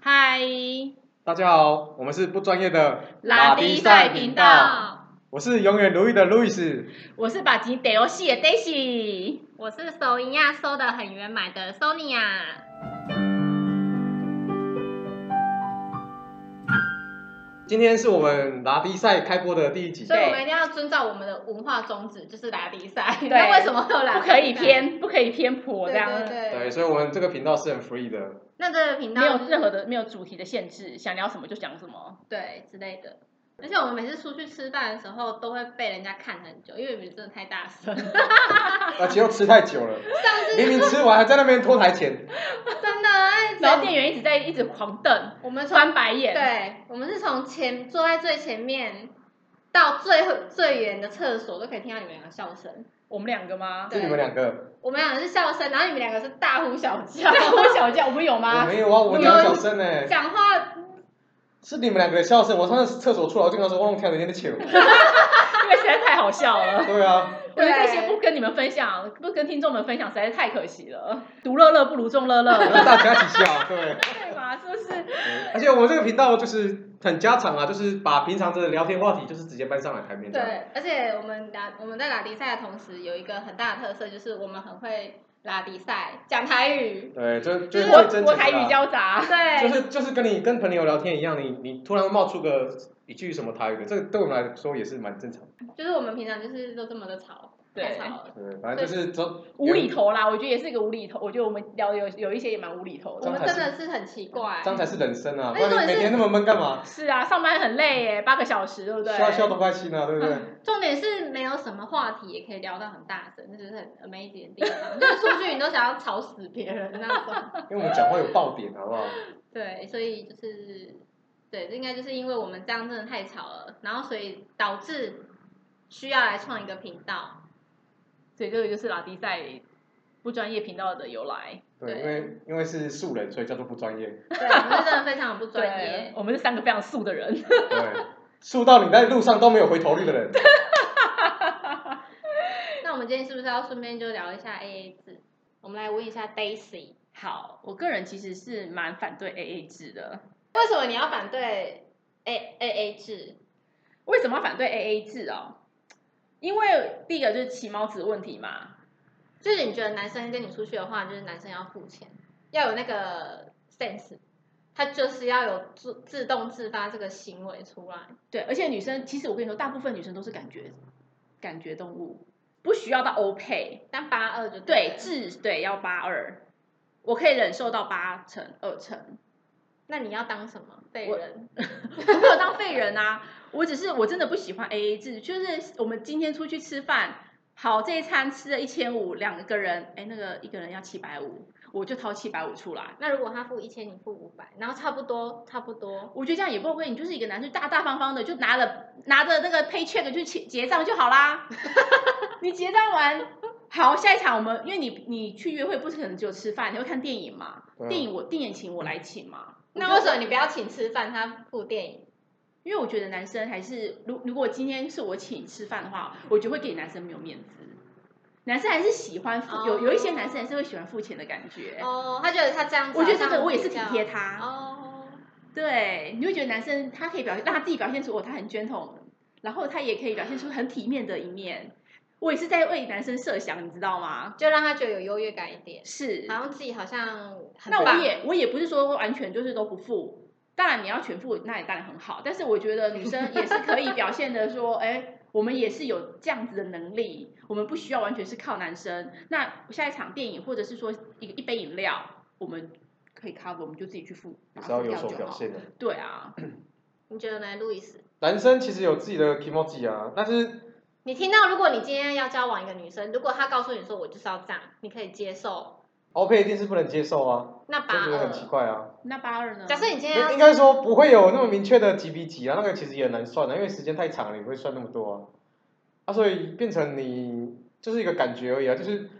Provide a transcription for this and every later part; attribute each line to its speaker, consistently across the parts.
Speaker 1: 嗨，
Speaker 2: 大家好，我们是不专业的
Speaker 1: 拉低赛频，
Speaker 3: 哦
Speaker 1: 道，
Speaker 2: 我是永远如一的路易斯。
Speaker 1: 我是把吉得游戏的 Daisy。
Speaker 3: 我是手一样收的很圆满的 Sonia。
Speaker 2: 今天是我们拉低赛开播的第一集
Speaker 3: 所，以我们一定要遵照我们的文化宗旨，就是打比赛。
Speaker 1: 对
Speaker 3: 那为什么会有打
Speaker 1: 不
Speaker 3: 比赛？
Speaker 1: 可以偏，不可以偏颇
Speaker 3: 对。
Speaker 1: 这样，
Speaker 3: 对对
Speaker 2: 对，所以我们这个频道是很 free 的。
Speaker 3: 那这个频道
Speaker 1: 没有任何的没有主题的限制，想聊什么就讲什么。
Speaker 3: 对之类的。而且我们每次出去吃饭的时候，都会被人家看很久，因为你们真的太大 声。
Speaker 2: 而且又吃太久了，明明吃完还在那边拖台前。
Speaker 3: 真的，哎
Speaker 1: 然后店员一直在一直狂瞪，
Speaker 3: 我们从
Speaker 1: 翻白眼。，
Speaker 3: 对，我们是从前坐在最前面到最后最远的厕所都可以听到你们两个笑声。
Speaker 1: 我们两个吗？
Speaker 3: 对
Speaker 2: 是你们两个，
Speaker 3: 我们两个是笑声，然后你们两个是大呼小 叫，
Speaker 1: 我小叫，我们有
Speaker 2: 我
Speaker 1: 吗？
Speaker 2: 没有啊，我讲小声呢，
Speaker 3: 讲话
Speaker 2: 是你们两个的笑声。我上次厕所出来，我就跟他说，哦我弄跳人家的球。
Speaker 1: 因为实在太好笑了。
Speaker 2: 对啊，
Speaker 1: 我觉得这些不跟你们分享，不跟听众们分享，实在是太可惜了。独乐乐不如众乐 乐，
Speaker 2: 让大家一起笑，对。
Speaker 1: 对吧？是不是？
Speaker 2: 而且我们这个频道就是很家常啊，就是把平常的聊天话题就是直接搬上来台面这样。
Speaker 3: 对，而且我们打我们在打比赛的同时，有一个很大的特色就是我们很会拉比赛，讲台语。
Speaker 2: 对，就就是
Speaker 1: 国
Speaker 2: 最真诚
Speaker 1: 国
Speaker 2: 的
Speaker 1: 台语
Speaker 2: 啊。
Speaker 1: 交杂，
Speaker 2: 就
Speaker 3: 对，
Speaker 2: 是就是跟你跟朋友聊天一样，你你突然冒出个一句什么台语的，这个对我们来说也是蛮正常的。
Speaker 3: 就是我们平常就是都这么的吵，太
Speaker 1: 对
Speaker 3: 吵了。
Speaker 2: 对，反正就是说
Speaker 1: 无厘头啦。我觉得也是一个无厘头。我觉得我们聊的有有一些也蛮无厘头
Speaker 3: 我
Speaker 1: 的。
Speaker 3: 们真的是很奇怪。
Speaker 2: 这样才是人生啊！
Speaker 3: 哎
Speaker 2: 不然你每天那么闷干嘛？
Speaker 1: 是啊，上班很累耶，八个小时，对不对？
Speaker 2: 笑笑都开心啊，对不 对？
Speaker 3: 重点是没有什么话题也可以聊到很大声，那就是很 amazing 的地方。就是出去你都想要吵死别人那种。
Speaker 2: 因为我们讲话有爆点，好不好？
Speaker 3: 对，所以就是，对，这应该就是因为我们这样真的太吵了，然后所以导致需要来创一个频道。
Speaker 1: 所以这个就是拉迪赛不专业频道的由来。
Speaker 2: 对，
Speaker 3: 对
Speaker 2: 因为因为是素人，所以叫做不专业。
Speaker 3: 对，我们是真的非常不专业
Speaker 1: 对，。我们是三个非常素的人。
Speaker 2: 对，素到你在路上都没有回头率的人。
Speaker 3: 那我们今天是不是要顺便就聊一下 AA 制？我们来问一下 Daisy，
Speaker 1: 好，我个人其实是蛮反对 AA 制的。
Speaker 3: 为什么你要反对 A AA 制？
Speaker 1: 为什么要反对 AA 制哦？因为第一个就是骑毛子问题嘛，
Speaker 3: 就是你觉得男生跟你出去的话，就是男生要付钱，要有那个 sense，他就是要有自自动自发这个行为出来。
Speaker 1: 对，而且女生其实我跟你说，大部分女生都是感觉感觉动物，不需要到欧配，
Speaker 3: 但八二就
Speaker 1: 对
Speaker 3: 了，
Speaker 1: 至对要八二，我可以忍受到八成二成，
Speaker 3: 那你要当什么废
Speaker 1: 我
Speaker 3: 人？
Speaker 1: 我没有当废人啊，我只是我真的不喜欢 AA 制，就是我们今天出去吃饭，好这一餐吃了一千五，两个人，哎那个一个人要七百五，我就掏七百五出来。
Speaker 3: 那如果他付一千，你付五百，然后差不多，差不多。
Speaker 1: 我觉得这样也不 OK，你就是一个男生，大大方方的就拿了拿着那个 pay check 去结结账就好啦。你结账完，好，下一场我们因为你你去约会不是可能只有吃饭，你会看电影嘛？
Speaker 2: 对啊
Speaker 1: 电影我电影请我来请嘛？
Speaker 3: 那为什么你不要请吃饭，他付电影？
Speaker 1: 因为我觉得男生还是，如如果今天是我请吃饭的话，我就会给男生没有面子。男生还是喜欢付有有一些男生还是会喜欢付钱的感觉。
Speaker 3: 哦，他觉得他这样子
Speaker 1: 我
Speaker 3: 好像
Speaker 1: 觉得
Speaker 3: 比较，
Speaker 1: 这个我也是体贴他。
Speaker 3: 哦，
Speaker 1: 对，你会觉得男生他可以表现，让他自己表现出哦，他很 gentleman，然后他也可以表现出很体面的一面。我也是在为男生设想，你知道吗？
Speaker 3: 就让他觉得有优越感一点，
Speaker 1: 是，
Speaker 3: 好像自己好像
Speaker 1: 嗯
Speaker 3: 很
Speaker 1: 那
Speaker 3: 棒
Speaker 1: 我也我也不是说完全就是都不付，当然你要全付，那也当然很好。但是我觉得女生也是可以表现的说， 哎，我们也是有这样子的能力，我们不需要完全是靠男生。那下一场电影或者是说一个一杯饮料，我们可以 cover，我们就自己去付，把它
Speaker 2: 也是要
Speaker 1: 付
Speaker 2: 有
Speaker 1: 掉
Speaker 2: 所
Speaker 1: 就
Speaker 2: 表
Speaker 1: 好。
Speaker 2: 现的。
Speaker 1: 对啊，
Speaker 3: 你觉得呢，路易斯？
Speaker 2: 男生其实有自己的 k i m o j i 啊，但是
Speaker 3: 你听到，如果你今天要交往一个女生，如果她告诉你说我就是要这样，你可以接受，
Speaker 2: o p 一定是不能接受啊，
Speaker 3: 那
Speaker 2: 就
Speaker 3: 把
Speaker 2: 觉得很奇
Speaker 3: 二。
Speaker 2: 怪啊。
Speaker 1: 那八二呢？
Speaker 3: 假设你今天
Speaker 2: 应应
Speaker 3: 要
Speaker 2: 该说不会有那么明确的几比几啊，那个其实也很难算的、因为时间太长了，你不会算那么多啊。啊，所以变成你就是一个感觉而已啊，就是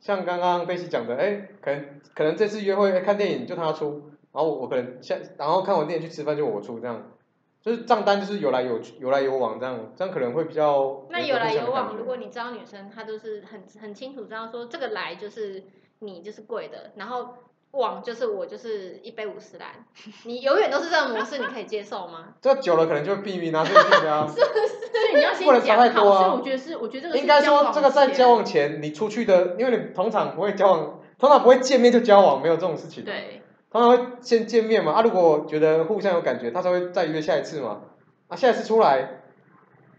Speaker 2: 像刚刚贝西讲的，哎、可能可能这次约会、哎看电影就他出，然后我我可能下然后看完电影去吃饭就我出这样，就是账单就是有来有去有来有往这样，这样可能会比较
Speaker 3: 那
Speaker 2: 一个
Speaker 3: 有来
Speaker 2: 互相的
Speaker 3: 有往，
Speaker 2: 感觉
Speaker 3: 如果你知道女生她就是很很清楚知道说这个来就是你就是贵的，然后忘，就是我就是一杯五十兰，你永远都是这个模式，你可以接受吗？
Speaker 2: 这久了可能就避免拿这个去 啊。
Speaker 1: 所以你要先
Speaker 2: 不能
Speaker 1: 讲
Speaker 2: 想太
Speaker 1: 好，
Speaker 2: 多啊
Speaker 1: 所以我觉得是，我觉得这个是
Speaker 2: 应该
Speaker 1: 交
Speaker 2: 说
Speaker 1: 往
Speaker 2: 这个在
Speaker 1: 前
Speaker 2: 交往前你出去的，因为你通常不会交往，通常不会见面就交往，没有这种事情。。
Speaker 1: 对，
Speaker 2: 通常会先见面嘛，啊，如果觉得互相有感觉，他才会再约下一次嘛，啊，下一次出来，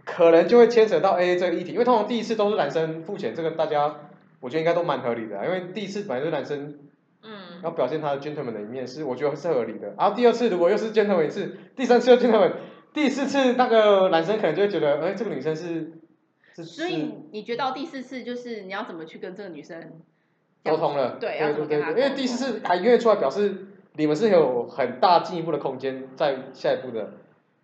Speaker 2: 可能就会牵扯到 A A 这个议题，因为通常第一次都是男生付钱，这个大家我觉得应该都蛮合理的啊、因为第一次本来就是男生
Speaker 3: 嗯，
Speaker 2: 要表现他的 gentleman 的一面，是我觉得是合理的，然后第二次如果又是 gentleman 一次，第三次又 gentleman，第四次那个男生可能就会觉得，哎、这个女生是是
Speaker 1: 所
Speaker 2: 是
Speaker 1: 以你觉得到第四次就是你要怎么去跟这个女生
Speaker 2: 沟通了，
Speaker 1: 对，要
Speaker 2: 对
Speaker 1: 怎
Speaker 2: 对
Speaker 1: 么跟
Speaker 2: 对
Speaker 1: 她沟通？
Speaker 2: 对，
Speaker 1: 啊
Speaker 2: 因为第四次还约出来，表示你们是有很大进一步的空间在下一步的，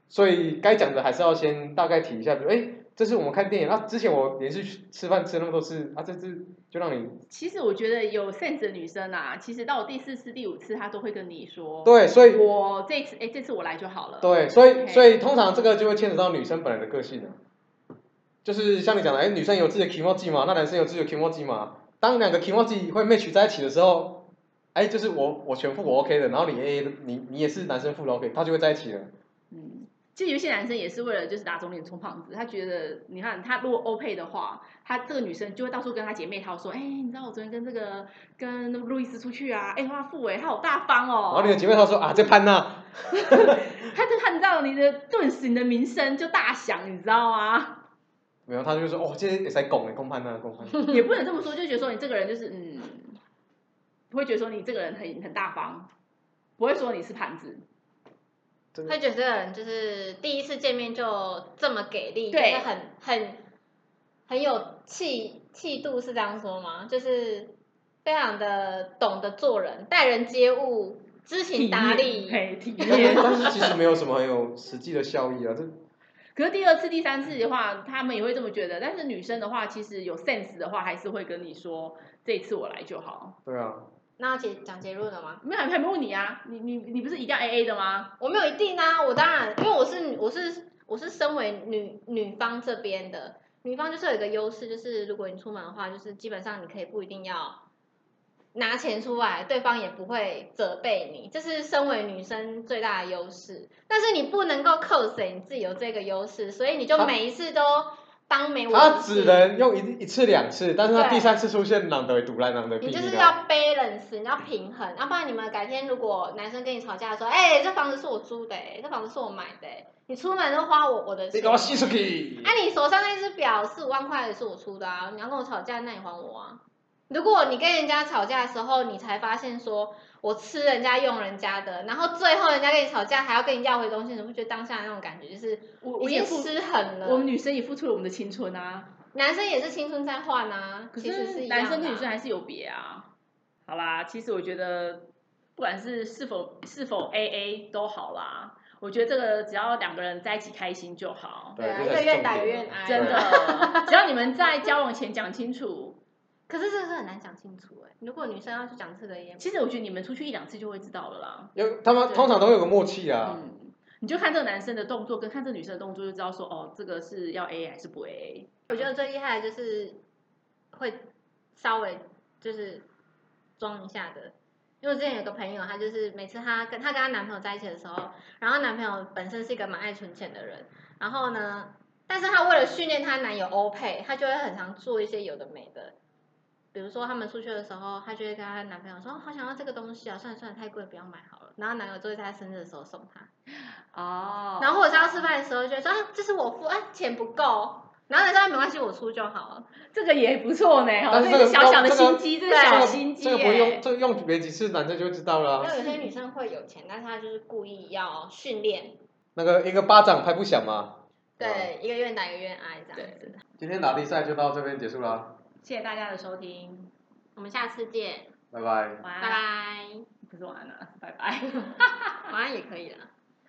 Speaker 2: 所以该讲的还是要先大概提一下，比如哎，这是我们看电影啊，之前我连续吃饭吃那么多次啊，这次就让你
Speaker 1: 其实我觉得有 sense 的女生啊，其实到第四次、第五次，她都会跟你说，
Speaker 2: 对，所以
Speaker 1: 我这次哎，这次我来就好了。
Speaker 3: 哦
Speaker 2: 对，所以
Speaker 1: OK
Speaker 2: 所以通常这个就会牵扯到女生本来的个性了、啊就是像你讲的，哎，女生有自己的 kimoji 嘛，那男生有自己的 kimoji 嘛，当两个 kimoji 会 match 在一起的时候，哎，就是我我全付我 OK 的，然后你 AA 的，你你也是男生付的 OK，他就会在一起了。
Speaker 1: 嗯，其实有些男生也是为了就是打肿脸充胖子，他觉得你看他如果 o p 的话，他这个女生就会到处跟他姐妹淘说，哎，你知道我昨天跟这个跟路易斯出去啊，哎，他付哎，他好大方
Speaker 2: 然后
Speaker 1: 哦
Speaker 2: 你，的姐妹她说啊，这潘娜，
Speaker 1: 他就他你知道你的顿时你的名声就大响，你知道吗？
Speaker 2: 没有，她就会说哦，这也在拱哎，拱潘娜，拱潘娜。
Speaker 1: 也不能这么说，就觉得说你这个人就是嗯，不会觉得说你这个人很很大方，不会说你是盘子，
Speaker 3: 会觉得这个人就是第一次见面就这么给力，就
Speaker 1: 对
Speaker 3: 是很很很有气气度，是这样说吗？就是非常的懂得做人，待人接物，知
Speaker 1: 体
Speaker 3: 行达
Speaker 1: 面
Speaker 3: 理，
Speaker 1: 嘿，体
Speaker 2: 但是
Speaker 1: 面。
Speaker 2: 但是其实没有什么很有实际的效益啊，这
Speaker 1: 可是第二次、第三次的话，他们也会这么觉得。但是女生的话，其实有 sense 的话，还是会跟你说这一次我来就好。
Speaker 2: 对啊，
Speaker 3: 那要结讲结论了吗？
Speaker 1: 没有，还没问你啊，你你你不是一定要 A A 的吗？
Speaker 3: 我没有一定啊，我当然，因为我是我是我是身为女女方这边的，女方就是有一个优势，就是如果你出门的话，就是基本上你可以不一定要拿钱出来，对方也不会责备你，这是身为女生最大的优势。但是你不能够扣谁，你自己有这个优势，所以你就
Speaker 2: 啊
Speaker 3: 每一次都当没我
Speaker 2: 他
Speaker 3: 的
Speaker 2: 只
Speaker 3: 事
Speaker 2: 能用一一次两次，但是他
Speaker 3: 对
Speaker 2: 第三次出现，朗德堵烂，朗德逼
Speaker 3: 你
Speaker 2: 逼
Speaker 3: 就是
Speaker 2: 的。啊
Speaker 3: 要 balance，你要平衡，啊要、不然你们改天如果男生跟你吵架说，哎、这房子是我租的、哎，这房子是我买的、哎，你出门都花我我的
Speaker 2: 你
Speaker 3: 钱，
Speaker 2: 给我吸出去！
Speaker 3: 啊，你手上那只表四五万块也是我出的啊，你要跟我吵架，那你还我啊。如果你跟人家吵架的时候，你才发现说我吃人家用人家的，然后最后人家跟你吵架还要跟你要回东西，你会觉得当下那种感觉就是
Speaker 1: 我
Speaker 3: 已
Speaker 1: 我也
Speaker 3: 经
Speaker 1: 付，
Speaker 3: 失衡
Speaker 1: 我们
Speaker 3: 了。
Speaker 1: 女生也付出了我们的青春啊。
Speaker 3: 男生也是青春在换啊，
Speaker 1: 可
Speaker 3: 其实是一样
Speaker 1: 男
Speaker 3: 的啊
Speaker 1: 生跟女生还是有别啊。好啦，其实我觉得，不管是是否是否 A A 都好啦，我觉得这个只要两个人在一起开心就好。
Speaker 3: 对啊，
Speaker 2: 对
Speaker 3: 一
Speaker 2: 这才
Speaker 3: 个
Speaker 2: 是
Speaker 3: 愿
Speaker 2: 重
Speaker 3: 打一个
Speaker 2: 点
Speaker 3: 愿挨，啊
Speaker 1: 真 的，只要你们在交往前讲清楚，
Speaker 3: 可是这个是很难讲清楚哎、如果女生要去讲这个也，
Speaker 1: 其实我觉得你们出去一两次就会知道了啦。
Speaker 2: 有他们通常都会有个默契啊，
Speaker 1: 嗯，你就看这个男生的动作跟看这个女生的动作，就知道说哦，这个是要 A 还是不 A。
Speaker 3: 我觉得最厉害的就是会稍微就是装一下的。因为我之前有个朋友，她就是每次她跟她跟她男朋友在一起的时候，然后她男朋友本身是一个蛮爱存钱的人，然后呢，但是她为了训练她男友欧配，她就会很常做一些有的没的，比如说他们出去的时候，她就会跟她男朋友说：“哦好想要这个东西啊，算了算了，太贵，不要买好了。”然后男友就会在她生日的时候送她。
Speaker 1: 哦
Speaker 3: 然后或者是要吃饭的时候，就会说啊，这是我付，啊，钱不够。哦然后他说没关系，我出就好了。
Speaker 1: 这个也不错呢，哦，
Speaker 2: 但
Speaker 1: 这
Speaker 2: 是
Speaker 1: 个是
Speaker 2: 这个
Speaker 1: 小小的
Speaker 2: 这个
Speaker 1: 心机，这是
Speaker 3: 对
Speaker 2: 这
Speaker 1: 小
Speaker 2: 个
Speaker 1: 啊心机
Speaker 2: 这个不用，
Speaker 1: 耶。
Speaker 2: 这个用没几次男生就知道了啊、
Speaker 3: 那有些女生会有钱，但是她就是故意要训练，
Speaker 2: 那个一个巴掌拍不响嘛。
Speaker 3: 对，一个愿打一个愿挨这样子。
Speaker 2: 今天打比赛就到这边结束了，
Speaker 1: 谢谢大家的收听，
Speaker 3: 我们下次见，
Speaker 2: 拜拜。
Speaker 1: 晚
Speaker 3: 拜
Speaker 1: 安，
Speaker 3: 拜，
Speaker 1: 不是晚安了，拜拜。
Speaker 3: 晚安也可以啦。